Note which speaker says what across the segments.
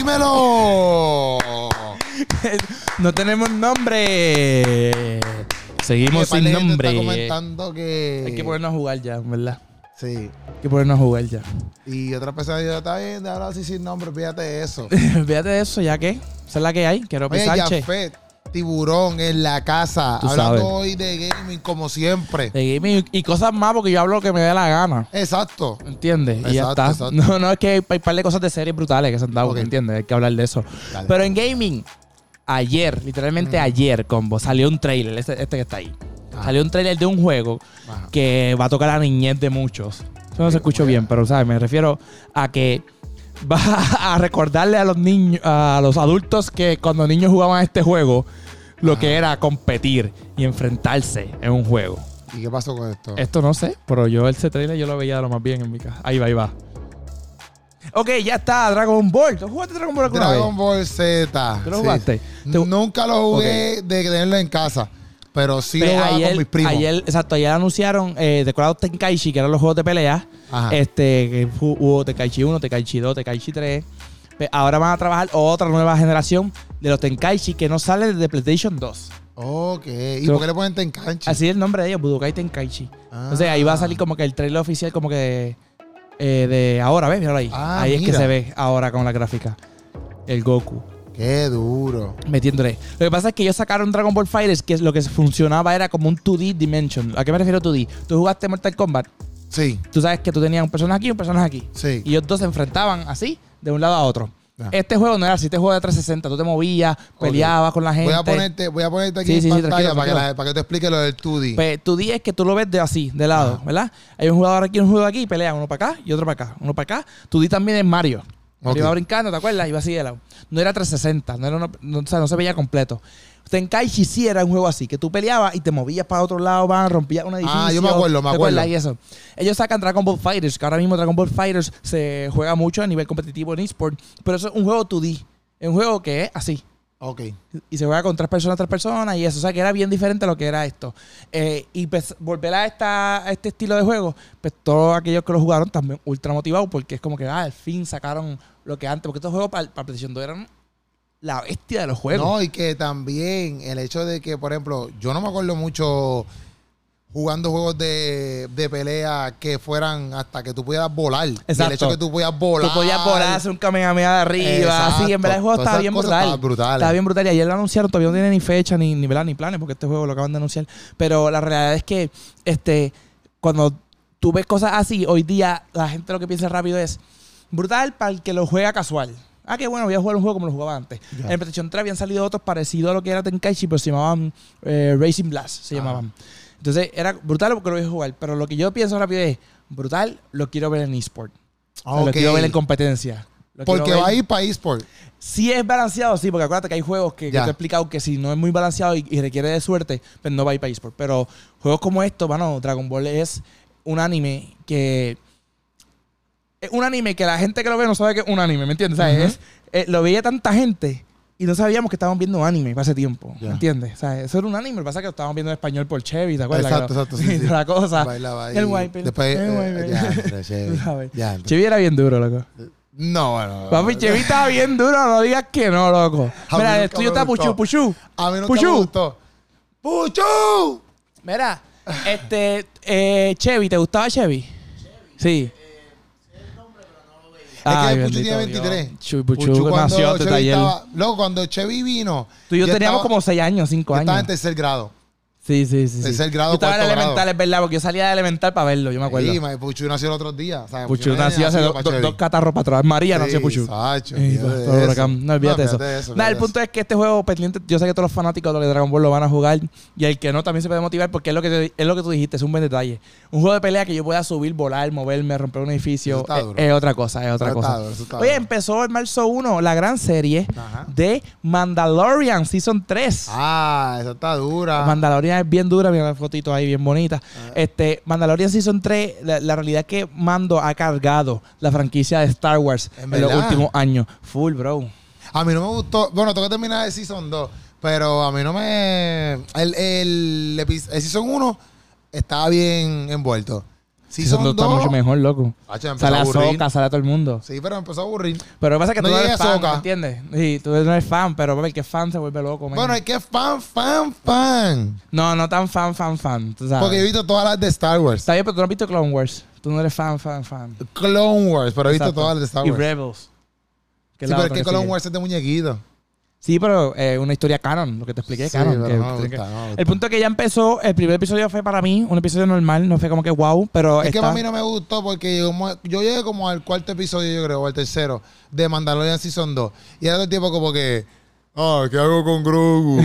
Speaker 1: ¡Dímelo!
Speaker 2: no tenemos nombre. Seguimos
Speaker 1: Que par de
Speaker 2: sin
Speaker 1: gente
Speaker 2: nombre.
Speaker 1: Está comentando que...
Speaker 2: Hay que ponernos a jugar ya, en ¿verdad?
Speaker 1: Sí.
Speaker 2: Hay que ponernos a jugar ya.
Speaker 1: Y otra persona dijo, está bien, ahora así sin nombre, fíjate de eso.
Speaker 2: Fíjate de eso, ya que. Esa es la que hay. Quiero
Speaker 1: Oye,
Speaker 2: Sánchez.
Speaker 1: Jafet, tiburón en la casa.
Speaker 2: Tú
Speaker 1: hablando
Speaker 2: sabes.
Speaker 1: hoy de gaming como siempre.
Speaker 2: De gaming y y cosas más porque yo hablo lo que me dé la gana.
Speaker 1: Exacto.
Speaker 2: ¿Entiendes? y
Speaker 1: Exacto,
Speaker 2: ya está.
Speaker 1: exacto.
Speaker 2: No, no, es que hay un par de cosas de series brutales que se han dado,
Speaker 1: Ok.
Speaker 2: ¿entiendes? Hay que hablar de eso.
Speaker 1: Dale.
Speaker 2: Pero en gaming, ayer, literalmente ayer, combo, salió un trailer, este, este que está ahí.
Speaker 1: Ah.
Speaker 2: Salió un trailer de un juego
Speaker 1: Ajá.
Speaker 2: que va a tocar la niñez de muchos. Eso no se escuchó bien, pero, ¿sabes? Me refiero a que va a recordarle a los niños, a los adultos que cuando niños jugaban este juego, lo que era competir y enfrentarse en un juego.
Speaker 1: ¿Y qué pasó con esto?
Speaker 2: Esto no sé, pero yo el C-Trailer yo lo veía lo más bien en mi casa. Ahí va, ahí va. Ok, ya está, Dragon Ball. ¿Tú jugaste Dragon Ball alguna
Speaker 1: Dragon
Speaker 2: vez?
Speaker 1: Ball Z.
Speaker 2: ¿Tú lo
Speaker 1: Sí.
Speaker 2: jugaste? Te-
Speaker 1: Nunca lo jugué de tenerlo en casa, pero sí
Speaker 2: Pues
Speaker 1: lo jugaba
Speaker 2: ayer,
Speaker 1: con mis primos.
Speaker 2: ayer, exacto, ayer anunciaron eh, de Cloud Tenkaichi, que eran los juegos de pelea.
Speaker 1: Ajá.
Speaker 2: Este, que hu- hubo Tenkaichi 1, Tenkaichi 2, Tenkaichi 3. Pe- Ahora van a trabajar otra nueva generación de los Tenkaichi que no salen desde PlayStation 2.
Speaker 1: Ok. ¿Y
Speaker 2: So-
Speaker 1: por qué le ponen te enganche?
Speaker 2: Así es el nombre de ellos, Budokai Tenkaichi. Entonces ahí va a
Speaker 1: Ah.
Speaker 2: salir como que el trailer oficial como que eh, de ahora, ¿ves? Míralo ahí.
Speaker 1: Ah,
Speaker 2: ahí es que
Speaker 1: mira.
Speaker 2: se ve ahora con la gráfica. El Goku
Speaker 1: Qué duro.
Speaker 2: metiéndole. Lo que pasa es que ellos sacaron Dragon Ball Fighters que lo que funcionaba era como un 2D Dimension. ¿A qué me refiero 2D? Tú jugaste Mortal Kombat,
Speaker 1: Sí,
Speaker 2: tú sabes que tú tenías un personaje aquí y un personaje aquí.
Speaker 1: sí.
Speaker 2: Y ellos dos se enfrentaban así, de un lado a otro.
Speaker 1: Ah.
Speaker 2: Este juego no era así, este juego de 360, tú te movías, peleabas con la gente.
Speaker 1: Voy a ponerte, voy a ponerte aquí
Speaker 2: Sí,
Speaker 1: en
Speaker 2: sí, sí,
Speaker 1: pantalla
Speaker 2: tranquilo,
Speaker 1: para, que
Speaker 2: tranquilo.
Speaker 1: la- para que te explique lo del 2D.
Speaker 2: Pues tu día es que tú lo ves de así, de lado,
Speaker 1: Ajá.
Speaker 2: ¿verdad? Hay un jugador aquí, un jugador aquí, y pelean uno para acá y otro para acá, uno para acá. Tu día también es Mario.
Speaker 1: Ok.
Speaker 2: Iba brincando, ¿te acuerdas? Iba así de lado. No era 360, no, era una- no, o sea, no se veía completo. Tenkaichi sí era un juego así, que tú peleabas y te movías para otro lado, van, rompías un edificio.
Speaker 1: Ah, yo me acuerdo, me
Speaker 2: ¿te acuerdas?
Speaker 1: acuerdo.
Speaker 2: Y eso. Ellos sacan Dragon Ball Fighters, que ahora mismo Dragon Ball Fighters se juega mucho a nivel competitivo en eSport, pero eso es un juego 2D. Es un juego que es así
Speaker 1: ok.
Speaker 2: y se juega con tres personas, tres personas y eso. O sea, que era bien diferente a lo que era esto. Eh, y pues, volver a, esta, a este estilo de juego, pues todos aquellos que lo jugaron también ultra motivados porque es como que, ah, al fin sacaron lo que antes. Porque estos juegos para, para PlayStation 2 eran la bestia de los juegos.
Speaker 1: No, y que también el hecho de que, por ejemplo, yo no me acuerdo mucho jugando juegos de, de pelea que fueran hasta que tú pudieras volar. Y el
Speaker 2: Exacto.
Speaker 1: hecho de que tú pudieras volar.
Speaker 2: Tú podías volar, hacer un kamehameha de arriba.
Speaker 1: Exacto.
Speaker 2: Así, en verdad el juego
Speaker 1: Todas
Speaker 2: estaba
Speaker 1: esas
Speaker 2: bien
Speaker 1: cosas
Speaker 2: brutal.
Speaker 1: estaban brutales.
Speaker 2: Estaba bien brutal. Y ayer lo anunciaron, todavía no tiene ni fecha, ni, ni, ¿verdad? ni planes, porque este juego lo acaban de anunciar. Pero la realidad es que este, cuando tú ves cosas así, hoy día la gente lo que piensa rápido es brutal para el que lo juega casual. Ah, qué bueno, voy a jugar un juego como lo jugaba antes.
Speaker 1: Ya.
Speaker 2: En PlayStation 3 habían salido otros parecidos a lo que era Tenkaichi, pero se llamaban eh, Racing Blast, se
Speaker 1: Ajá.
Speaker 2: llamaban. Entonces era brutal porque lo voy a jugar, pero lo que yo pienso rápido es brutal, lo quiero ver en eSport. O sea,
Speaker 1: Ok.
Speaker 2: Lo quiero ver en competencia. Lo
Speaker 1: Porque
Speaker 2: quiero ver-
Speaker 1: va a ir para eSport.
Speaker 2: Si es balanceado, sí, porque acuérdate que hay juegos que, que
Speaker 1: Ya.
Speaker 2: te he explicado que si no es muy balanceado y, y requiere de suerte, pues no va a ir para eSport. Pero juegos como estos, mano, Dragon Ball es un anime que. Es un anime que la gente que lo ve no sabe que es un anime, ¿me entiendes? O sea,
Speaker 1: Ujú.
Speaker 2: es- eh, lo veía tanta gente y no sabíamos que estaban viendo anime para ese tiempo,
Speaker 1: Ya.
Speaker 2: ¿me entiendes? O sea, eso era un anime, lo que pasa es que lo estábamos viendo en español por Chevy, ¿te acuerdas?
Speaker 1: Exacto,
Speaker 2: Que lo-
Speaker 1: exacto, sí,
Speaker 2: y
Speaker 1: sí.
Speaker 2: toda la cosa.
Speaker 1: Bailaba ahí.
Speaker 2: Ah. El wiper.
Speaker 1: Después,
Speaker 2: El
Speaker 1: eh,
Speaker 2: wiper.
Speaker 1: ya, pero Chevy,
Speaker 2: Tú sabes.
Speaker 1: ya, pero-
Speaker 2: Chevy era bien duro, loco.
Speaker 1: No, bueno.
Speaker 2: Papi, Chevy estaba bien duro, no digas que no, loco.
Speaker 1: A mí
Speaker 2: Mira, el
Speaker 1: nunca
Speaker 2: estudio
Speaker 1: me
Speaker 2: está
Speaker 1: gustó.
Speaker 2: puchu, puchu.
Speaker 1: A mí no
Speaker 2: Puchu.
Speaker 1: me gustó. ¡Puchu!
Speaker 2: Mira, este, eh, Chevy, ¿te gustaba Chevy? Eh, Sí.
Speaker 1: Es
Speaker 2: Ay,
Speaker 1: que Puchu
Speaker 2: bendito
Speaker 1: tiene
Speaker 2: Dios.
Speaker 1: 23.
Speaker 2: Chuy, Puchu, demasiado este
Speaker 1: Pues Chevy
Speaker 2: taller.
Speaker 1: estaba- Loco, cuando Chevy vino.
Speaker 2: Tú y yo teníamos
Speaker 1: estaba-
Speaker 2: como 6 años, 5
Speaker 1: yo estaba en
Speaker 2: años.
Speaker 1: tercer grado.
Speaker 2: Sí, sí, sí. sí.
Speaker 1: tercer grado,
Speaker 2: Yo estaba en
Speaker 1: cuarto grado.
Speaker 2: elemental, es verdad, porque yo salía de elemental para verlo, yo me acuerdo.
Speaker 1: Sí, ma, Puchu nació el otro día. o sea,
Speaker 2: Puchu
Speaker 1: no
Speaker 2: nació hace
Speaker 1: nacido
Speaker 2: do-
Speaker 1: pa'
Speaker 2: do-
Speaker 1: Chevy.
Speaker 2: dos catarros para atrás. María
Speaker 1: Sí,
Speaker 2: nació Puchu.
Speaker 1: Sacho,
Speaker 2: Y
Speaker 1: olvídate
Speaker 2: todo
Speaker 1: de
Speaker 2: el
Speaker 1: eso.
Speaker 2: huracán. No olvídate de eso. Nada, el
Speaker 1: olvídate
Speaker 2: punto
Speaker 1: de
Speaker 2: es que este juego pendiente, yo sé que todos los fanáticos de los de Dragon Ball lo van a jugar y el que no también se puede motivar porque es lo que te- es lo que tú dijiste, es un buen detalle. Un juego de pelea que yo pueda subir, volar, moverme, romper un edificio,
Speaker 1: Eso está
Speaker 2: es,
Speaker 1: duro.
Speaker 2: es otra cosa, es otra
Speaker 1: Eso está
Speaker 2: cosa.
Speaker 1: duro, eso está
Speaker 2: Oye,
Speaker 1: duro.
Speaker 2: empezó el marzo 1 la gran serie
Speaker 1: Ajá.
Speaker 2: de Mandalorian Season 3.
Speaker 1: Ah, Ah. esa está dura.
Speaker 2: Mandalorian es bien dura, mira la fotito ahí bien bonita. Este, Mandalorian Season 3, la, la realidad es que Mando ha cargado la franquicia de Star Wars
Speaker 1: En
Speaker 2: en, los
Speaker 1: verdad.
Speaker 2: últimos años. Full, bro.
Speaker 1: A mí no me gustó. Bueno, tengo que terminar el Season 2. Pero a mí no me. El, el, epi- el Season 1 estaba bien envuelto. Si
Speaker 2: Eso
Speaker 1: son
Speaker 2: está
Speaker 1: dos-
Speaker 2: mucho mejor, loco.
Speaker 1: Hacho, empezó
Speaker 2: Sale
Speaker 1: a
Speaker 2: a
Speaker 1: aburrir.
Speaker 2: Soca, sale a todo el mundo.
Speaker 1: Sí, pero empezó a aburrir.
Speaker 2: Pero lo que pasa es que
Speaker 1: No
Speaker 2: tú no eres
Speaker 1: llegué a
Speaker 2: fan,
Speaker 1: Ahsoka.
Speaker 2: ¿me entiendes? Sí, tú no eres fan, pero papi, el que es fan se vuelve loco, man.
Speaker 1: Bueno, es que es fan, fan, fan.
Speaker 2: No, no tan fan, fan, fan. tú sabes.
Speaker 1: Porque yo he visto todas las de Star Wars.
Speaker 2: Está bien, pero tú no has visto Clone Wars. Tú no eres fan, fan, fan.
Speaker 1: Clone Wars, pero he visto
Speaker 2: Exacto.
Speaker 1: todas las de Star
Speaker 2: Y
Speaker 1: Wars.
Speaker 2: Rebels. que
Speaker 1: Sí, pero es
Speaker 2: la otra
Speaker 1: que
Speaker 2: sigue.
Speaker 1: Clone Wars es de muñequito.
Speaker 2: Sí, pero eh, una historia canon, lo que te expliqué,
Speaker 1: Sí,
Speaker 2: canon.
Speaker 1: pero
Speaker 2: que-
Speaker 1: no me
Speaker 2: que-
Speaker 1: gusta, no me gusta.
Speaker 2: el punto es que ya empezó, el primer episodio fue para mí, un episodio normal, no fue como que wow, pero
Speaker 1: Es que
Speaker 2: está-
Speaker 1: para mí no me gustó porque yo, como- yo llegué como al cuarto episodio, yo creo, o al tercero, de Mandalorian Season 2. Y era todo el tiempo como que, ah, ¿qué hago con Grogu?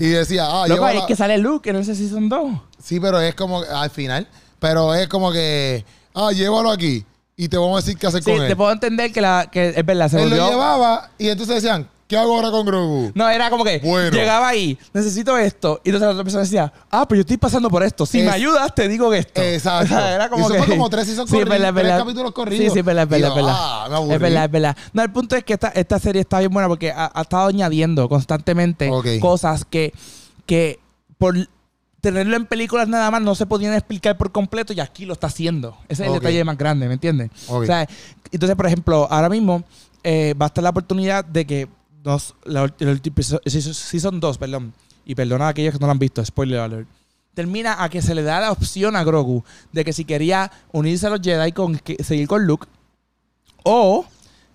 Speaker 1: y decía, ah,
Speaker 2: Loco,
Speaker 1: llevo
Speaker 2: ahí
Speaker 1: la-
Speaker 2: es que sale Luke, no sé si son dos.
Speaker 1: Sí, pero es como, al final, pero es como que, ah, llévalo aquí y te vamos a decir qué hacer
Speaker 2: Sí,
Speaker 1: con
Speaker 2: te
Speaker 1: él.
Speaker 2: puedo entender que, la, que es verdad, se
Speaker 1: Él lo
Speaker 2: volvió...
Speaker 1: llevaba y entonces decían, ¿qué hago ahora con Grogu?
Speaker 2: No, era como que
Speaker 1: Bueno.
Speaker 2: llegaba ahí, necesito esto, y entonces la otra persona decía, ah, pero yo estoy pasando por esto, si me
Speaker 1: Es-
Speaker 2: ayudas te digo que esto.
Speaker 1: Exacto.
Speaker 2: O sea, era como
Speaker 1: Y eso
Speaker 2: que...
Speaker 1: fue como tres seasons
Speaker 2: es
Speaker 1: corridos,
Speaker 2: verdad, es
Speaker 1: tres
Speaker 2: verdad.
Speaker 1: capítulos corridos.
Speaker 2: Sí, sí, es verdad, es
Speaker 1: Y
Speaker 2: verdad,
Speaker 1: yo,
Speaker 2: es verdad.
Speaker 1: ah, me aburrí.
Speaker 2: Es verdad, es verdad. No, el punto es que esta, esta serie está bien buena porque ha, ha estado añadiendo constantemente
Speaker 1: Ok.
Speaker 2: cosas que, que por tenerlo en películas nada más no se podían explicar por completo y aquí lo está haciendo. Ese es el
Speaker 1: Ok.
Speaker 2: detalle más grande, ¿me entiendes?
Speaker 1: Ok.
Speaker 2: O sea, entonces, por ejemplo, ahora mismo eh, va a estar la oportunidad de que nos, la, ul- el último episodio- season- Season 2, perdón, y perdona a aquellos que no lo han visto, spoiler alert. Termina a que se le da la opción a Grogu de que si quería unirse a los Jedi con que- seguir con Luke o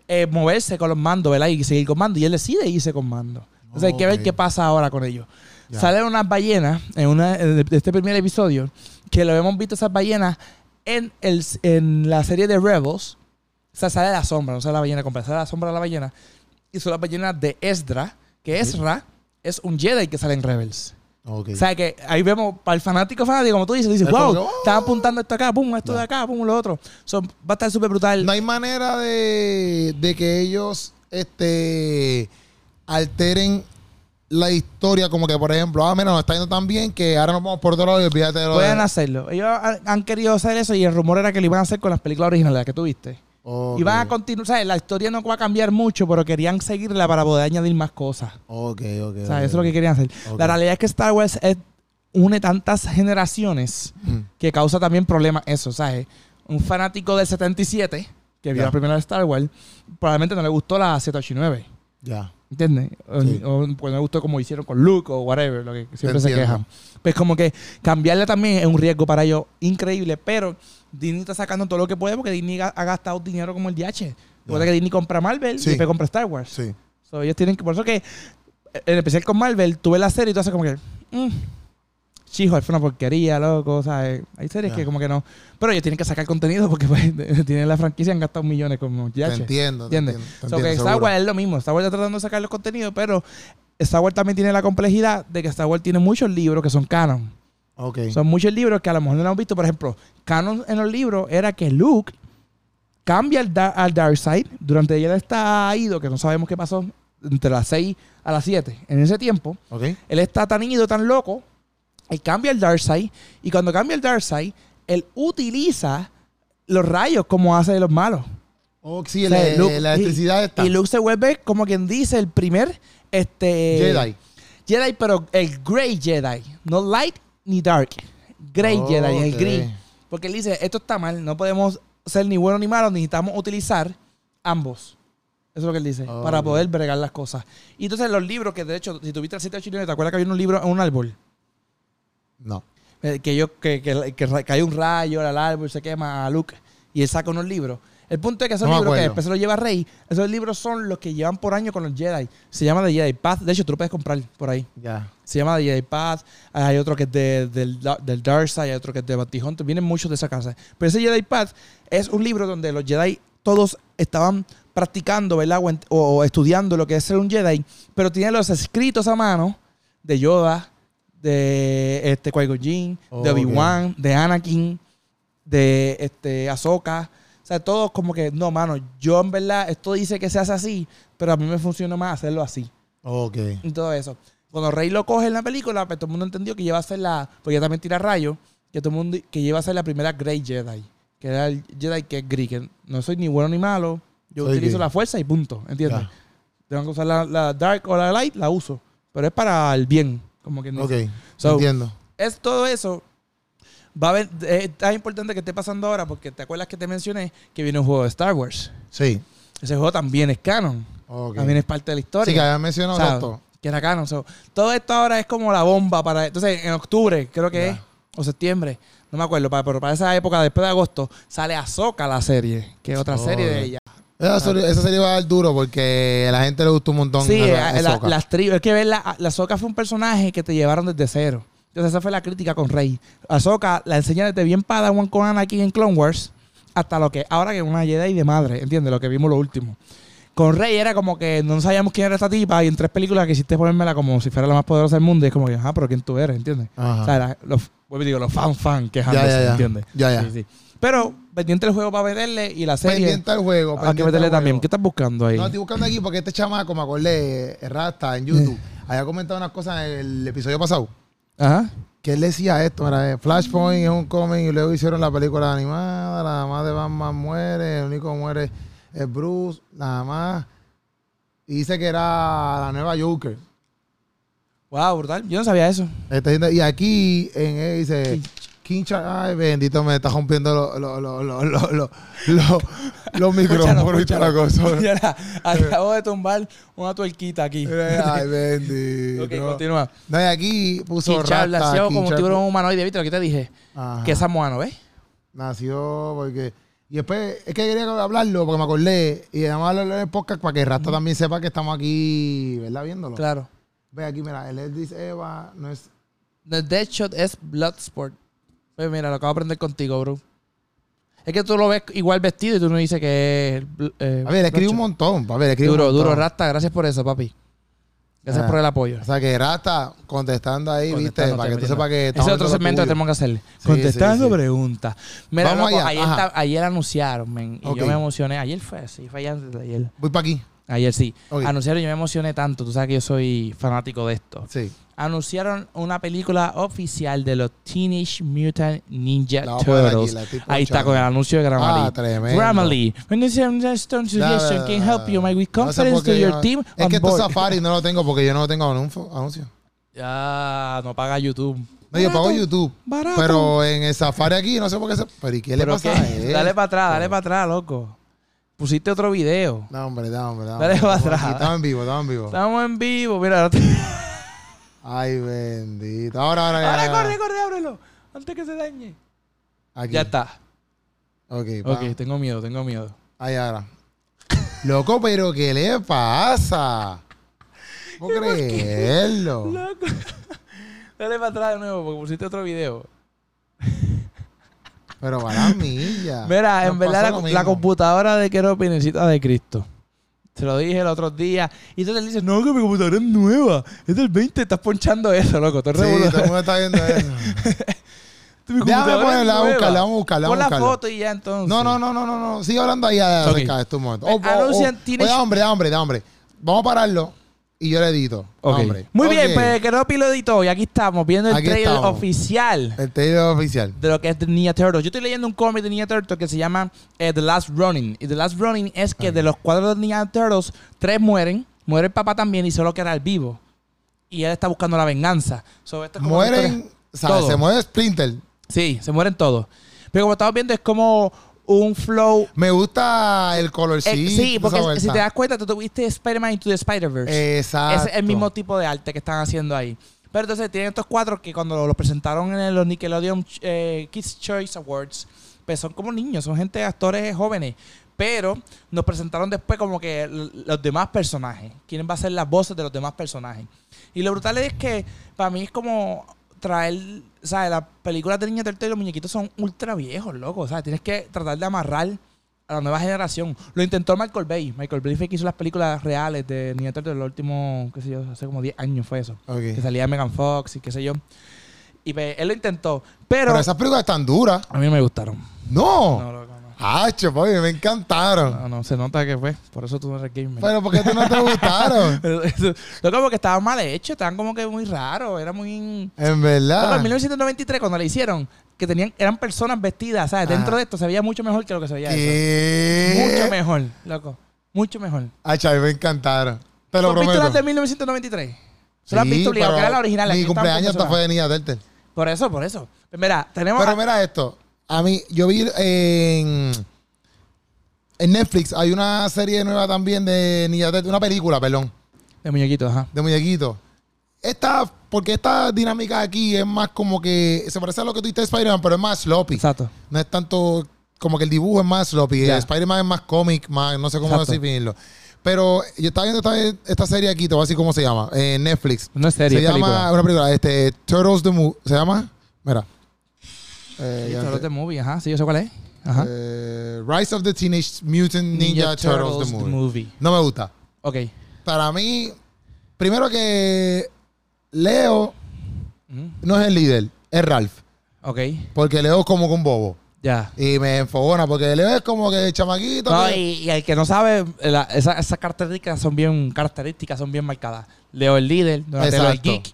Speaker 2: eh, moverse con los mandos, ¿verdad? Y seguir con mando. Y él decide irse con mando. O sea, hay que ver
Speaker 1: Ok.
Speaker 2: qué pasa ahora con ellos.
Speaker 1: Ya.
Speaker 2: Salen unas ballenas en una de de este primer episodio que lo hemos visto esas ballenas en, el, en la serie de Rebels. O sea, sale la sombra, no sale la ballena completa, sale la sombra de la ballena. Y son las ballenas de Ezra, que Ezra es un Jedi que sale en Rebels.
Speaker 1: Ok.
Speaker 2: O sea, que ahí vemos para el fanático fanático, como tú dices, dices,
Speaker 1: Es como
Speaker 2: wow,
Speaker 1: que, "Oh".
Speaker 2: están apuntando esto acá, pum, esto
Speaker 1: Ya.
Speaker 2: de acá, pum, lo otro. So, va a estar súper brutal.
Speaker 1: No hay manera de, de que ellos este, alteren la historia, como que por ejemplo, ah, mira, nos está yendo tan bien que ahora nos vamos por otro lado y olvídate de lo
Speaker 2: Pueden
Speaker 1: de...
Speaker 2: hacerlo. Ellos han, han querido hacer eso y el rumor era que lo iban a hacer con las películas originales las que tuviste.
Speaker 1: Ok,
Speaker 2: Y van a continuar, ¿sabes? La historia no va a cambiar mucho, pero querían seguirla para poder añadir más cosas.
Speaker 1: Ok, ok.
Speaker 2: O sea, eso es lo que querían hacer.
Speaker 1: Ok.
Speaker 2: La realidad es que Star Wars es- une tantas generaciones
Speaker 1: Mm,
Speaker 2: que causa también problemas eso, ¿sabes? Un fanático del 77 que vio
Speaker 1: Ya.
Speaker 2: la primera de Star Wars probablemente no le gustó la 789.
Speaker 1: Ya.
Speaker 2: ¿Entiendes? O-
Speaker 1: Sí.
Speaker 2: o, pues no me gustó como hicieron con Luke o whatever, lo que siempre se
Speaker 1: Entiendo.
Speaker 2: quejan. Pues como que cambiarle también es un riesgo para ellos increíble, pero Disney está sacando todo lo que puede porque Disney ga- ha gastado dinero como el DH. Recuerda
Speaker 1: Ya.
Speaker 2: que Disney compra Marvel
Speaker 1: Sí.
Speaker 2: y después compra Star Wars.
Speaker 1: Sí.
Speaker 2: So, ellos tienen que, por eso que, eh, en especial con Marvel, tú ves la serie y tú haces como que, mm, chijo, fue una porquería, loco, ¿sabes? Hay series
Speaker 1: Ya.
Speaker 2: que como que no. Pero ellos tienen que sacar contenido porque pues, tienen la franquicia y han gastado millones como DH.
Speaker 1: Te entiendo, te entiendo.
Speaker 2: ¿Entiendes?
Speaker 1: te
Speaker 2: So
Speaker 1: entiendo,
Speaker 2: que Star
Speaker 1: seguro.
Speaker 2: Wars es lo mismo. Star Wars está tratando de sacar los contenidos, pero Star Wars también tiene la complejidad de que Star Wars tiene muchos libros que son canon.
Speaker 1: Ok.
Speaker 2: Son muchos libros que a lo mejor no lo hemos visto. Por ejemplo, canon en los libros era que Luke cambia al, da- al Dark Side durante ella está ido, que no sabemos qué pasó, entre las 6 a las 7. En ese tiempo,
Speaker 1: Ok.
Speaker 2: él está tan ido, tan loco, él cambia el Darkseid y cuando cambia el Darkseid, él utiliza los rayos como hace de los malos.
Speaker 1: Oh, sí,
Speaker 2: O sea,
Speaker 1: la,
Speaker 2: Luke-
Speaker 1: la electricidad está.
Speaker 2: Y Luke se vuelve, como quien dice, el primer este,
Speaker 1: Jedi.
Speaker 2: Jedi, pero el Grey Jedi. No Light ni Dark. Grey
Speaker 1: Oh,
Speaker 2: Jedi, el
Speaker 1: ok.
Speaker 2: gris. Porque él dice, esto está mal, no podemos ser ni bueno ni malo, necesitamos utilizar ambos. Eso es lo que él dice,
Speaker 1: Oh,
Speaker 2: para
Speaker 1: ok.
Speaker 2: poder bregar las cosas. Y entonces los libros, que de hecho, si tuviste el 789, ¿te acuerdas que había un libro en un árbol?
Speaker 1: No.
Speaker 2: Eh, que yo que, que, que ra- cae un rayo al árbol se quema a Luke y él saca unos libros el punto es que esos
Speaker 1: No me
Speaker 2: libros que
Speaker 1: acuerdo.
Speaker 2: después se los lleva Rey esos libros son los que llevan por año con los Jedi se llama The Jedi Path de hecho tú lo puedes comprar por ahí
Speaker 1: Ya.
Speaker 2: se llama The Jedi Path hay otro que es de- del, da- del Dark Side hay otro que es de Bounty Hunter vienen muchos de esa casa pero ese Jedi Path es un libro donde los Jedi todos estaban practicando ¿verdad? o, ent- o- o estudiando lo que es ser un Jedi pero tiene los escritos a mano de Yoda de este Qui-Gon Jinn,
Speaker 1: Ok.
Speaker 2: de Obi-Wan, de Anakin, de este Ahsoka. O sea, todos como que, no, mano, yo en verdad, esto dice que se hace así, pero a mí me funciona más hacerlo así.
Speaker 1: Ok.
Speaker 2: Y todo eso. Cuando Rey lo coge en la película, pues todo el mundo entendió que lleva a ser la, porque ella también tira rayos, que todo el mundo, que lleva a ser la primera Grey Jedi, que era el Jedi que es gris, que no soy ni bueno ni malo, yo
Speaker 1: Soy
Speaker 2: utilizo
Speaker 1: gris.
Speaker 2: la fuerza y punto, ¿entiendes?
Speaker 1: Ya.
Speaker 2: Tengo que usar la, la Dark o la Light, la uso, pero es para el bien, como que no.
Speaker 1: Ok.
Speaker 2: So,
Speaker 1: entiendo.
Speaker 2: es todo eso Va a haber, es tan importante que esté pasando ahora porque te acuerdas que te mencioné que viene un juego de Star Wars.
Speaker 1: Sí.
Speaker 2: Ese juego también es canon.
Speaker 1: Ok.
Speaker 2: También es parte de la historia.
Speaker 1: Sí, que habían mencionado
Speaker 2: ¿sabes?
Speaker 1: esto.
Speaker 2: Que era canon. So, todo esto ahora es como la bomba para. Entonces, en octubre, creo que
Speaker 1: Ya.
Speaker 2: es, o septiembre, no me acuerdo, pa- pero para esa época, después de agosto, sale Azoka la serie, que es otra
Speaker 1: Oh,
Speaker 2: serie
Speaker 1: ya.
Speaker 2: de ella.
Speaker 1: Esa, serie- esa serie va a dar duro porque a la gente le gustó un montón.
Speaker 2: Ah. Sí,
Speaker 1: esa-
Speaker 2: eh, la-
Speaker 1: Ahsoka.
Speaker 2: las tribus. Es que ver la, la Ahsoka fue un personaje que te llevaron desde cero. Entonces, esa fue la crítica con Rey. Ahsoka la enseña desde bien Padawan con Anakin en Clone Wars hasta lo que ahora que es una Jedi de madre, ¿entiendes? Lo que vimos lo último. Con Rey era como que no sabíamos quién era esta tipa y en tres películas quisiste ponérmela como si fuera la más poderosa del mundo y es como que, ah, pero ¿quién tú eres? ¿Entiendes?
Speaker 1: Ajá.
Speaker 2: O sea, la- los, vuelvo y digo, los fan-fan quejándose,
Speaker 1: Ya, ya, ya.
Speaker 2: ¿entiendes?
Speaker 1: Ya, ya.
Speaker 2: Sí, sí. Pero pendiente el juego para venderle y la serie
Speaker 1: pendiente al juego.
Speaker 2: hay que
Speaker 1: pendiente al
Speaker 2: meterle también.
Speaker 1: juego.
Speaker 2: ¿Qué estás buscando ahí?
Speaker 1: No, estoy buscando aquí porque este chamaco, me acordé, eh, Rasta, en YouTube,
Speaker 2: Eh.
Speaker 1: había comentado unas cosas en el episodio pasado.
Speaker 2: Ajá.
Speaker 1: que él decía esto, mira, eh, Flashpoint es un cómic y luego hicieron la película animada, la mamá de Batman muere, el único que muere es Bruce, nada más. Y dice que era la nueva Joker.
Speaker 2: Wow, brutal. Yo no sabía eso.
Speaker 1: Esta gente- y aquí en él dice, Kincha, ay bendito, me está rompiendo lo- lo- lo- lo- lo- lo- lo- los micrófonos y toda la cosa.
Speaker 2: Y ahora, acabo de tumbar una tuerquita aquí.
Speaker 1: Ay,
Speaker 2: ok,
Speaker 1: bendito.
Speaker 2: continúa.
Speaker 1: No, y aquí puso
Speaker 2: Kichar,
Speaker 1: Rasta,
Speaker 2: nació como un
Speaker 1: Kinchar-
Speaker 2: tiburón humanoide, ¿viste lo que te dije?
Speaker 1: Ajá.
Speaker 2: Que es samoano, ¿ves?
Speaker 1: Nació porque. Y después, es que quería hablarlo porque me acordé. Y además hablarlo en el podcast para que Rasta también sepa que estamos aquí, ¿verdad? Viéndolo.
Speaker 2: Claro.
Speaker 1: Ve aquí, mira, el Edis Eva no es.
Speaker 2: The Deadshot es Bloodsport. Pues mira, lo acabo de aprender contigo, bro. Es que tú lo ves igual vestido y tú no dices que es. bl- eh,
Speaker 1: A ver, escribe un
Speaker 2: Bloodshot.
Speaker 1: montón. A ver, escribe
Speaker 2: Duro,
Speaker 1: un montón.
Speaker 2: duro, Rasta. Gracias por eso, papi. Gracias
Speaker 1: Ah.
Speaker 2: por el apoyo.
Speaker 1: O sea que Rasta contestando ahí, viste,
Speaker 2: Contestando,
Speaker 1: para que tú
Speaker 2: metiendo.
Speaker 1: sepas que.
Speaker 2: Ese
Speaker 1: estamos
Speaker 2: es
Speaker 1: haciendo
Speaker 2: otro
Speaker 1: lo
Speaker 2: segmento que
Speaker 1: tuyo.
Speaker 2: tenemos que hacerle.
Speaker 1: Sí,
Speaker 2: Contestando
Speaker 1: sí, sí.
Speaker 2: preguntas. Mira,
Speaker 1: Vamos
Speaker 2: loco,
Speaker 1: allá,
Speaker 2: ayer,
Speaker 1: ajá.
Speaker 2: esta- ayer anunciaron, men, y
Speaker 1: Ok.
Speaker 2: yo me emocioné. Ayer fue así, fue antes de ayer.
Speaker 1: Voy para aquí.
Speaker 2: Ayer sí.
Speaker 1: Ok.
Speaker 2: Anunciaron, yo me emocioné tanto. Tú sabes que yo soy fanático de esto.
Speaker 1: Sí.
Speaker 2: Anunciaron una película oficial de los Teenage Mutant Ninja
Speaker 1: La vamos a poner aquí,
Speaker 2: Turtles.
Speaker 1: la estoy
Speaker 2: Ahí está
Speaker 1: ponchando.
Speaker 2: con el anuncio de Grammarly.
Speaker 1: Ah, tremendo.
Speaker 2: Grammarly. When you say I'm just on suggestion, can help you, my with
Speaker 1: No sé por
Speaker 2: confidence
Speaker 1: qué
Speaker 2: to
Speaker 1: yo
Speaker 2: your
Speaker 1: no-
Speaker 2: team.
Speaker 1: Es
Speaker 2: on
Speaker 1: que estos
Speaker 2: board.
Speaker 1: Safari no lo tengo porque yo no tengo anuncio. anuncio.
Speaker 2: Ah, no paga YouTube.
Speaker 1: No, yo pago
Speaker 2: Barato,
Speaker 1: YouTube.
Speaker 2: barato.
Speaker 1: Pero en el Safari aquí, no sé por qué se. Pero ¿y qué le
Speaker 2: Pero
Speaker 1: pasa
Speaker 2: qué?
Speaker 1: a este? él?
Speaker 2: Dale para atrás, dale para atrás, loco. Pusiste otro video.
Speaker 1: No, hombre, no, hombre, no.
Speaker 2: Dale
Speaker 1: hombre.
Speaker 2: para
Speaker 1: Estamos
Speaker 2: atrás.
Speaker 1: aquí, Estamos en vivo, estamos en vivo.
Speaker 2: Estamos en vivo, mira. ahora te-
Speaker 1: Ay, bendito. Ahora, ahora,
Speaker 2: Ahora
Speaker 1: ya.
Speaker 2: corre, corre, ábrelo. Antes que se dañe.
Speaker 1: Aquí.
Speaker 2: Ya está.
Speaker 1: Ok, pa.
Speaker 2: Ok, tengo miedo, tengo miedo.
Speaker 1: Ahí ahora. Loco, pero ¿qué le pasa? No puedo creerlo.
Speaker 2: Loco. Dale para atrás de nuevo porque pusiste otro video.
Speaker 1: Pero para milla.
Speaker 2: Mira,
Speaker 1: Nos
Speaker 2: en verdad
Speaker 1: pasó
Speaker 2: la,
Speaker 1: lo
Speaker 2: la
Speaker 1: mismo.
Speaker 2: computadora de Keropi necesita de Cristo. Se lo dije el otro día. Y entonces le dices, no, que mi computadora es nueva. Es del 20, estás ponchando eso, loco. Estás
Speaker 1: Sí,
Speaker 2: revolucionando.
Speaker 1: todo el mundo está viendo eso.
Speaker 2: Mi
Speaker 1: Déjame
Speaker 2: computadora es
Speaker 1: ponerla,
Speaker 2: nueva.
Speaker 1: búscala, vamos a buscarla,
Speaker 2: Pon
Speaker 1: vamos a
Speaker 2: la
Speaker 1: buscarla.
Speaker 2: foto y ya entonces.
Speaker 1: No, no, no, no, no, no. Sigue hablando ahí acerca
Speaker 2: Ok.
Speaker 1: de esto un momento. Oh,
Speaker 2: Eh, anuncian
Speaker 1: Oye,
Speaker 2: teenage-
Speaker 1: hombre, da hombre, da hombre. Vamos a pararlo y yo le edito.
Speaker 2: Ok.
Speaker 1: Hombre.
Speaker 2: Muy bien,
Speaker 1: Ok.
Speaker 2: pues que no lo editó y aquí estamos viendo el
Speaker 1: Aquí
Speaker 2: trailer
Speaker 1: estamos.
Speaker 2: oficial
Speaker 1: El tedio oficial.
Speaker 2: de lo que es The Ninja Turtle. Yo estoy leyendo un cómic de Ninja Turtle que se llama eh, The Last Running. Y The Last Running es que de los cuatro Ninja Turtles, tres mueren, muere el papá también y solo queda el vivo. Y él está buscando la venganza. So, esto es como una
Speaker 1: Mueren,
Speaker 2: historia-
Speaker 1: o sea,
Speaker 2: todo.
Speaker 1: se mueve Splinter.
Speaker 2: Sí, se mueren todos. Pero como estamos viendo es como un flow...
Speaker 1: Me gusta el
Speaker 2: Eh,
Speaker 1: colorcito.
Speaker 2: sí, porque
Speaker 1: esa
Speaker 2: si
Speaker 1: vuelta.
Speaker 2: te das cuenta, tú tuviste Spider-Man Into the
Speaker 1: Eh,
Speaker 2: Spider-Verse.
Speaker 1: Exacto.
Speaker 2: Ese es el mismo tipo de arte que están haciendo ahí. Pero entonces tienen estos cuatro que cuando los presentaron en el- los Nickelodeon eh, Kids Choice Awards, pues son como niños, son gente, actores jóvenes. Pero nos presentaron después como que l- los demás personajes. ¿Quiénes va a ser las voces de los demás personajes? Y lo brutal es que para mí es como traer, o sea, las películas de Niña Turtle y los muñequitos son ultra viejos, loco. O sea, tienes que tratar de amarrar a la nueva generación. Lo intentó Michael Bay. Michael Bay fue el que hizo las películas reales de Niña Turtle, los últimos, qué sé yo, hace como 10 años fue eso.
Speaker 1: Ok.
Speaker 2: Que
Speaker 1: Pero,
Speaker 2: salía Megan Fox y qué sé yo. Y pues, él lo intentó, pero,
Speaker 1: esas películas están duras.
Speaker 2: a mí no me gustaron. No,
Speaker 1: No.
Speaker 2: loco, no.
Speaker 1: Hacho, papi, me encantaron.
Speaker 2: No, no, se nota que fue. Por eso tú no eres gamer.
Speaker 1: Pero ¿por qué tú no te gustaron?
Speaker 2: Loco, porque estaban mal hechos, estaban como que muy raros, era muy...
Speaker 1: En
Speaker 2: Loco,
Speaker 1: verdad.
Speaker 2: en 1993, cuando la hicieron, que tenían, eran personas vestidas, ¿sabes?
Speaker 1: Ajá.
Speaker 2: Dentro de esto se veía mucho mejor que lo que se veía eso. Mucho
Speaker 1: ¿Qué?
Speaker 2: mejor, loco. Mucho mejor.
Speaker 1: Hacho, a mí me encantaron. Te
Speaker 2: ¿Tú
Speaker 1: lo
Speaker 2: has visto las de
Speaker 1: prometo.
Speaker 2: 1993? ¿Tú las has visto obligado,
Speaker 1: pero
Speaker 2: que era la original. la
Speaker 1: Mi
Speaker 2: que estaban
Speaker 1: cumpleaños hasta
Speaker 2: profesional.
Speaker 1: fue de Niña Turtle.
Speaker 2: Por eso, por eso. Pues mira, tenemos.
Speaker 1: Pero
Speaker 2: a-
Speaker 1: mira esto. A mí, yo vi eh, en, en Netflix, hay una serie nueva también de Ninja Turtles, una película, perdón,
Speaker 2: De muñequitos, ajá.
Speaker 1: de muñequitos. Esta, porque esta dinámica aquí es más como que, se parece a lo que tú hiciste de Spider-Man, pero es más sloppy.
Speaker 2: Exacto.
Speaker 1: No es tanto, como que el dibujo es más sloppy.
Speaker 2: Ya.
Speaker 1: Eh, Spider-Man es más cómic, más, no sé cómo
Speaker 2: Exacto.
Speaker 1: definirlo. Pero yo estaba viendo esta, esta serie aquí, te voy a decir cómo se llama, en Netflix.
Speaker 2: No es serie,
Speaker 1: se
Speaker 2: es
Speaker 1: llama,
Speaker 2: película.
Speaker 1: una película, este, Turtles the Movie, ¿se llama? Mira. Eh,
Speaker 2: Sí,
Speaker 1: ya
Speaker 2: Turtles
Speaker 1: te-
Speaker 2: de movie, ajá. Sí, yo sé cuál es. Ajá.
Speaker 1: eh, Rise of the Teenage Mutant Ninja, Turtles, the movie. No me gusta.
Speaker 2: Ok.
Speaker 1: Para mí, primero que Leo
Speaker 2: Ujú.
Speaker 1: no es el líder, es Ralph.
Speaker 2: Ok.
Speaker 1: Porque Leo es como que un bobo.
Speaker 2: Ya.
Speaker 1: Y me enfogona, porque Leo es como que el chamaquito.
Speaker 2: No,
Speaker 1: que-
Speaker 2: y, y el que no sabe, la- esa- esas características son bien características son bien marcadas. Leo el líder, Donatello el
Speaker 1: Exacto.
Speaker 2: geek,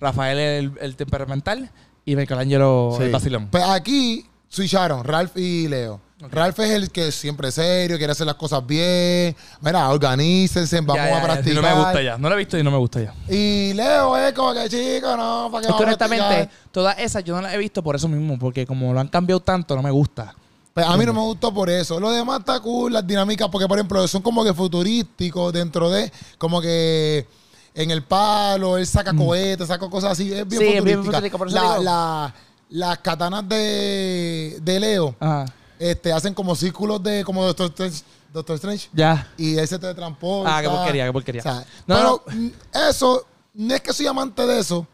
Speaker 2: Rafael el, el temperamental y Michelangelo
Speaker 1: Sí.
Speaker 2: el vacilón.
Speaker 1: Pues aquí switcharon Ralph y Leo. Ralph es el que siempre es serio, quiere hacer las cosas bien. Mira, organícense, vamos
Speaker 2: Ya, ya,
Speaker 1: a
Speaker 2: ya, sí,
Speaker 1: practicar.
Speaker 2: No me gusta ya. No lo he visto y no me gusta ya.
Speaker 1: Y Leo es como que chico, no, para que vamos
Speaker 2: Es que
Speaker 1: a practicar?
Speaker 2: honestamente, todas esas yo no las he visto por eso mismo, porque como lo han cambiado tanto, no me gusta.
Speaker 1: Pues a mí no me gustó por eso. Lo demás está cool, las dinámicas, porque por ejemplo son como que futurísticos dentro de, como que en el palo, él saca cohetes, saca cosas así, es bien
Speaker 2: Mm. Sí, es bien
Speaker 1: futurística.
Speaker 2: futurístico, por eso
Speaker 1: La-
Speaker 2: digo.
Speaker 1: la- las katanas de, de Leo
Speaker 2: Ajá.
Speaker 1: este, hacen como círculos de, como Doctor Strange, Doctor Strange
Speaker 2: Ya.
Speaker 1: y él se te transporta.
Speaker 2: Ah, qué porquería, qué porquería.
Speaker 1: O sea,
Speaker 2: No,
Speaker 1: pero mm, eso, no es que soy amante de eso,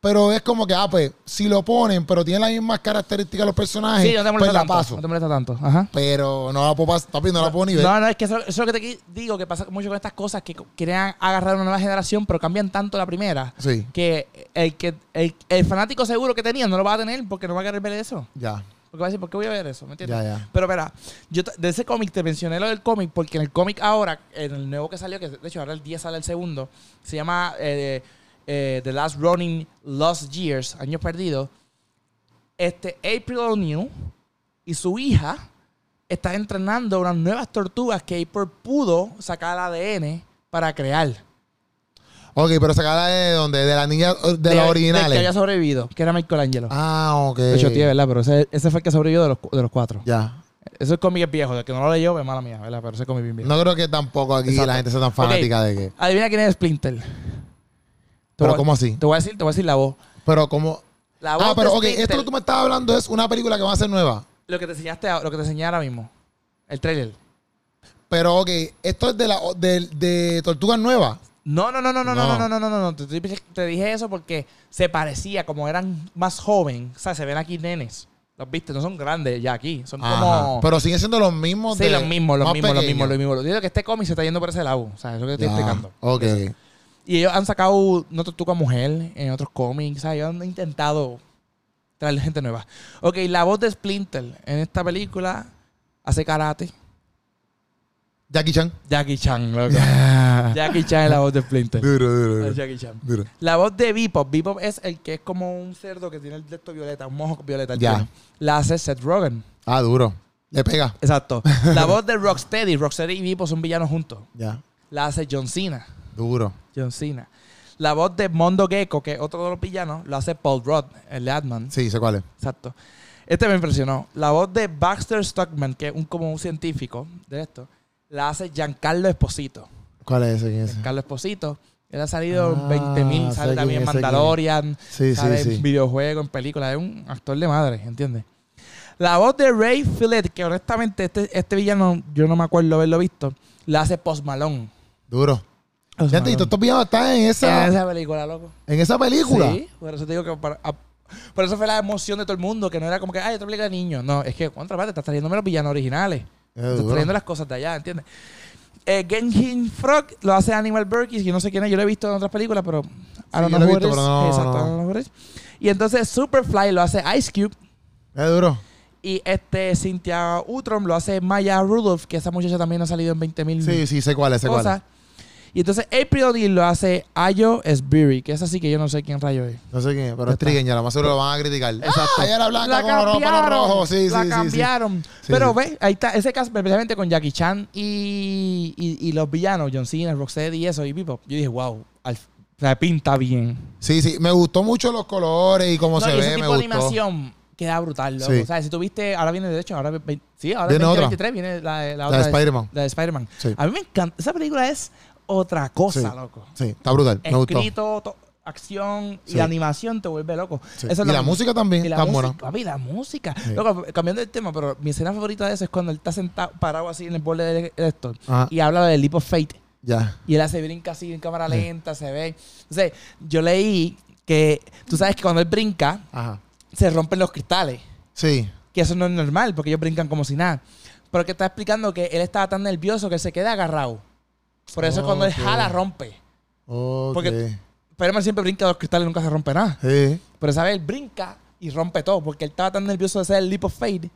Speaker 1: pero es como que, ah, pues, si lo ponen, pero tiene las mismas características los personajes,
Speaker 2: Sí, no te
Speaker 1: pues
Speaker 2: molesta
Speaker 1: la
Speaker 2: tanto.
Speaker 1: paso.
Speaker 2: No te molesta tanto. Ajá.
Speaker 1: Pero no la puedo pasar, papi, no la puedo ni ver.
Speaker 2: No, no, es que eso, eso es lo que te qui- digo, que pasa mucho con estas cosas, que co- quieren a- agarrar una nueva generación, pero cambian tanto la primera,
Speaker 1: Sí,
Speaker 2: que el, que el, el fanático seguro que tenía no lo va a tener porque no va a querer ver eso.
Speaker 1: ya,
Speaker 2: Porque va a decir, ¿por qué voy a ver eso? ¿Me entiendes?
Speaker 1: ya, ya.
Speaker 2: Pero espera, yo t- de ese cómic te mencioné lo del cómic, porque en el cómic ahora, en el nuevo que salió, que de hecho ahora el 10 sale el segundo, se llama eh, eh, The Last Running Lost Years, Años Perdidos. Este April O'Neil y su hija están entrenando unas nuevas tortugas que April pudo sacar ADN para crear.
Speaker 1: Ok, pero sacada de donde, de la niña, de, las
Speaker 2: del que había
Speaker 1: originales.
Speaker 2: sobrevivido, que era Michelangelo.
Speaker 1: Ah, ok.
Speaker 2: De hecho, tío, ¿verdad? Pero ese, ese fue el que sobrevivió de los, cu- de los cuatro.
Speaker 1: Ya.
Speaker 2: Ese cómic es viejo, el que no lo leyó, es mala mía, ¿verdad? Pero ese cómic bien viejo.
Speaker 1: No creo que tampoco aquí
Speaker 2: Exacto.
Speaker 1: la gente sea tan fanática de que.
Speaker 2: Adivina quién es Splinter. Te
Speaker 1: Pero
Speaker 2: voy-
Speaker 1: ¿cómo así?
Speaker 2: Te voy a decir, te voy a decir la voz.
Speaker 1: Pero como.
Speaker 2: La voz
Speaker 1: Ah, pero
Speaker 2: de
Speaker 1: ok,
Speaker 2: Splinter,
Speaker 1: esto que tú me estabas hablando es una película que va a ser nueva.
Speaker 2: lo que te enseñaste, a- lo que te enseñé ahora mismo. El trailer.
Speaker 1: Pero ok, esto es de la de, de Tortugas Nuevas.
Speaker 2: No, no, no, no, no, no,
Speaker 1: No.
Speaker 2: no, no, no, no, no. Te, estoy dic- te dije eso porque se parecía, como eran más jóvenes. O sea, se ven aquí nenes. Los viste, no son grandes ya aquí. Son como.
Speaker 1: Ajá. Pero siguen siendo los mismos.
Speaker 2: sí,
Speaker 1: de-
Speaker 2: los mismos, los
Speaker 1: más
Speaker 2: mismos, los
Speaker 1: pequeños.
Speaker 2: mismos, los mismos. Yo Digo que este cómic se está yendo por ese lado. O sea, es lo que te estoy
Speaker 1: Ya,
Speaker 2: explicando.
Speaker 1: Ok.
Speaker 2: Y ellos han sacado no tortuga mujer en otros cómics. O sea, ellos han intentado traer gente nueva. Ok, la voz de Splinter en esta película hace karate.
Speaker 1: Jackie Chan.
Speaker 2: Jackie Chan, loco. Jackie Chan es la voz de Splinter.
Speaker 1: Duro, duro,
Speaker 2: Es
Speaker 1: duro.
Speaker 2: Jackie Chan.
Speaker 1: Duro.
Speaker 2: La voz de Bebop. Bebop es el que es como un cerdo que tiene el texto violeta, un mojo violeta. el
Speaker 1: Ya.
Speaker 2: tiene. La hace Seth Rogen.
Speaker 1: Ah, duro. Le pega.
Speaker 2: Exacto. La voz de Rocksteady. Rocksteady y Bebop son villanos juntos.
Speaker 1: Ya.
Speaker 2: La hace John Cena.
Speaker 1: Duro.
Speaker 2: John Cena. La voz de Mondo Gecko, que es otro de los villanos, lo hace Paul Rudd, el de Ant-Man.
Speaker 1: Sí, sé cuál es.
Speaker 2: Exacto. Este me impresionó. La voz de Baxter Stockman, que es un, como un científico de esto, la hace Giancarlo Esposito.
Speaker 1: ¿Cuál es ese? ¿Quién es?
Speaker 2: Giancarlo Esposito. Él ha salido en
Speaker 1: Ah,
Speaker 2: 20.000,
Speaker 1: sé
Speaker 2: sale también en
Speaker 1: quién es, sé
Speaker 2: Mandalorian,
Speaker 1: Sí,
Speaker 2: sale
Speaker 1: sí,
Speaker 2: en
Speaker 1: sí.
Speaker 2: videojuegos, en películas. Es un actor de madre, ¿entiendes? La voz de Ray Fillet, que honestamente este, este villano, yo no me acuerdo haberlo visto, la hace Post Malone.
Speaker 1: Duro.
Speaker 2: Post
Speaker 1: Gente, y
Speaker 2: Malone.
Speaker 1: todos estos villanos están en
Speaker 2: En
Speaker 1: esa,
Speaker 2: esa película, loco.
Speaker 1: en esa película.
Speaker 2: Sí, por eso te digo que para- a- por eso fue la emoción de todo el mundo, que no era como que, ay, otra película de niños. No, es que, contra parte, estás trayéndome los villanos originales.
Speaker 1: Es
Speaker 2: Estás
Speaker 1: duro.
Speaker 2: trayendo las cosas de allá, ¿entiendes? Eh, Genshin Frog lo hace Animal Burkis, que no sé quién es, yo lo he visto en otras películas, pero ahora
Speaker 1: yo lo
Speaker 2: no lo
Speaker 1: he visto, pero no,
Speaker 2: Exacto,
Speaker 1: no.
Speaker 2: I don't know who it is. Y entonces Superfly lo hace Ice Cube.
Speaker 1: Es duro.
Speaker 2: Y este Cynthia Utrom lo hace Maya Rudolph, que esa muchacha también ha salido en 20.000
Speaker 1: Sí, sí, sé cuál es, sé cuál
Speaker 2: cosas.
Speaker 1: es.
Speaker 2: Y entonces April O'Neil lo hace Ayo Sbiri, que es así que yo no sé quién rayo es.
Speaker 1: No sé quién, es, pero
Speaker 2: Ya
Speaker 1: es trigueña, lo más seguro lo van a criticar. Exacto. Ah, ella era blanca
Speaker 2: la
Speaker 1: con los
Speaker 2: cambiaron.
Speaker 1: rojos, sí,
Speaker 2: la
Speaker 1: sí, sí, sí.
Speaker 2: cambiaron.
Speaker 1: Sí,
Speaker 2: Pero
Speaker 1: sí.
Speaker 2: ve, ahí está. Ese caso, precisamente con Jackie Chan y, y, y los villanos, John Cena, Rocksteady y eso, y Bebop. Yo dije, wow, al- o sea, pinta bien.
Speaker 1: Sí, sí, me gustó mucho los colores y cómo
Speaker 2: No,
Speaker 1: se
Speaker 2: y ese
Speaker 1: ve, me
Speaker 2: tipo de
Speaker 1: gustó.
Speaker 2: animación queda brutal, loco.
Speaker 1: Sí.
Speaker 2: O sea, si tuviste, ahora viene de hecho, ahora ve- sí, ahora
Speaker 1: Viene
Speaker 2: viene
Speaker 1: otra.
Speaker 2: 23 viene la, de- la
Speaker 1: La
Speaker 2: otra
Speaker 1: de
Speaker 2: de-
Speaker 1: Spider-Man.
Speaker 2: La de Spider-Man.
Speaker 1: Sí.
Speaker 2: A mí me encanta, esa película es otra cosa,
Speaker 1: Sí.
Speaker 2: loco.
Speaker 1: Sí, está brutal. Me gustó.
Speaker 2: Escrito, to- acción y
Speaker 1: Sí.
Speaker 2: animación te vuelve loco.
Speaker 1: Sí.
Speaker 2: Esa es
Speaker 1: Y la música también
Speaker 2: y la
Speaker 1: está
Speaker 2: música,
Speaker 1: buena.
Speaker 2: papi, la música.
Speaker 1: Sí.
Speaker 2: Loco, cambiando el tema, pero mi escena favorita de eso es cuando él está sentado, parado así en el borde del esto
Speaker 1: Ajá,
Speaker 2: y habla del Leap of Fate.
Speaker 1: ya.
Speaker 2: Y él hace brinca así en cámara
Speaker 1: Sí.
Speaker 2: lenta, se ve. Entonces, yo leí que tú sabes que cuando él brinca,
Speaker 1: Ajá.
Speaker 2: se rompen los cristales.
Speaker 1: Sí,
Speaker 2: Que eso no es normal, porque ellos brincan como si nada. Pero que está explicando que él estaba tan nervioso que él se queda agarrado. Por eso cuando él
Speaker 1: Ok.
Speaker 2: jala, rompe.
Speaker 1: ok.
Speaker 2: Porque- Spider-Man siempre brinca los cristales, nunca se rompe nada.
Speaker 1: Sí.
Speaker 2: Pero esa vez él brinca y rompe todo, porque él estaba tan nervioso de hacer el leap of fate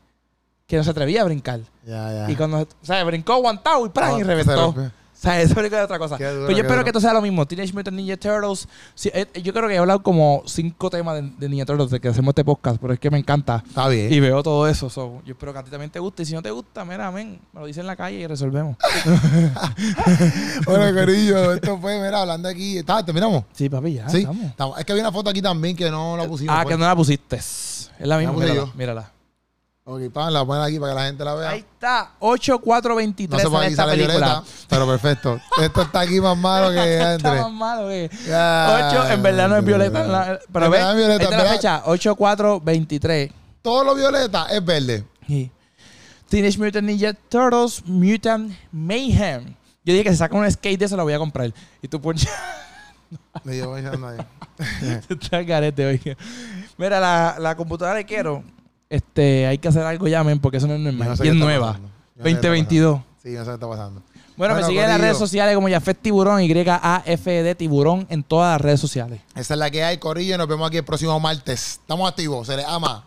Speaker 2: que no se atrevía a brincar.
Speaker 1: Ya, ya.
Speaker 2: Y cuando, o sea, brincó aguantado y ¡pran! y
Speaker 1: Ah,
Speaker 2: reventó.
Speaker 1: se
Speaker 2: O
Speaker 1: rompe.
Speaker 2: sea, esa película es otra cosa.
Speaker 1: Qué duro,
Speaker 2: Pero yo
Speaker 1: qué
Speaker 2: espero
Speaker 1: duro.
Speaker 2: que esto sea lo mismo. Teenage Mutant Ninja Turtles. Sí, eh, yo creo que he hablado como cinco temas de, de Ninja Turtles desde que hacemos este podcast, pero es que me encanta.
Speaker 1: Está bien.
Speaker 2: Y veo todo eso. so, yo espero que a ti también te guste. Y si no te gusta, mira, amén. Me lo dice en la calle y resolvemos.
Speaker 1: Bueno, Corillo, esto fue, mira, hablando aquí. Está, terminamos.
Speaker 2: Sí, papi, ya
Speaker 1: sí,
Speaker 2: estamos.
Speaker 1: estamos. Es que había una foto aquí también que no la pusimos.
Speaker 2: Ah,
Speaker 1: pues.
Speaker 2: que no la pusiste. Es la misma.
Speaker 1: puse
Speaker 2: mírala,
Speaker 1: yo.
Speaker 2: mírala.
Speaker 1: Ok, pan, la ponen aquí para que la gente la vea.
Speaker 2: Ahí está. 8423
Speaker 1: no se
Speaker 2: sale
Speaker 1: puede
Speaker 2: esta
Speaker 1: quitar la
Speaker 2: película.
Speaker 1: violeta, pero perfecto. Esto está aquí más malo que
Speaker 2: Está
Speaker 1: entre.
Speaker 2: más malo, güey.
Speaker 1: Ya,
Speaker 2: 8, en verdad no es violeta. en la- pero
Speaker 1: En
Speaker 2: ve,
Speaker 1: verdad es violeta,
Speaker 2: esta es la
Speaker 1: ¿verdad?
Speaker 2: fecha, 8-4-23.
Speaker 1: Todo lo violeta es verde.
Speaker 2: Y Teenage Mutant Ninja Turtles Mutant Mayhem. Yo dije que si sacan un skate de eso lo voy a comprar. Y tú ponchas
Speaker 1: Le llevo echando ahí.
Speaker 2: el garete, oye. Mira, la, la computadora que quiero, este, hay que hacer algo ya, men, porque eso no es
Speaker 1: Yo
Speaker 2: normal.
Speaker 1: no sé
Speaker 2: y
Speaker 1: qué
Speaker 2: es
Speaker 1: está
Speaker 2: nueva.
Speaker 1: pasando. Yo no sé qué está
Speaker 2: 2022.
Speaker 1: pasando. Sí, yo no sé qué está pasando.
Speaker 2: Bueno, me
Speaker 1: Bueno,
Speaker 2: siguen en las
Speaker 1: corillo.
Speaker 2: redes sociales como Yafet Tiburón, Y-A-F-D Tiburón en todas las redes sociales.
Speaker 1: Esa es la que hay, Corillo. y Nos vemos aquí el próximo martes. Estamos activos. Se les ama.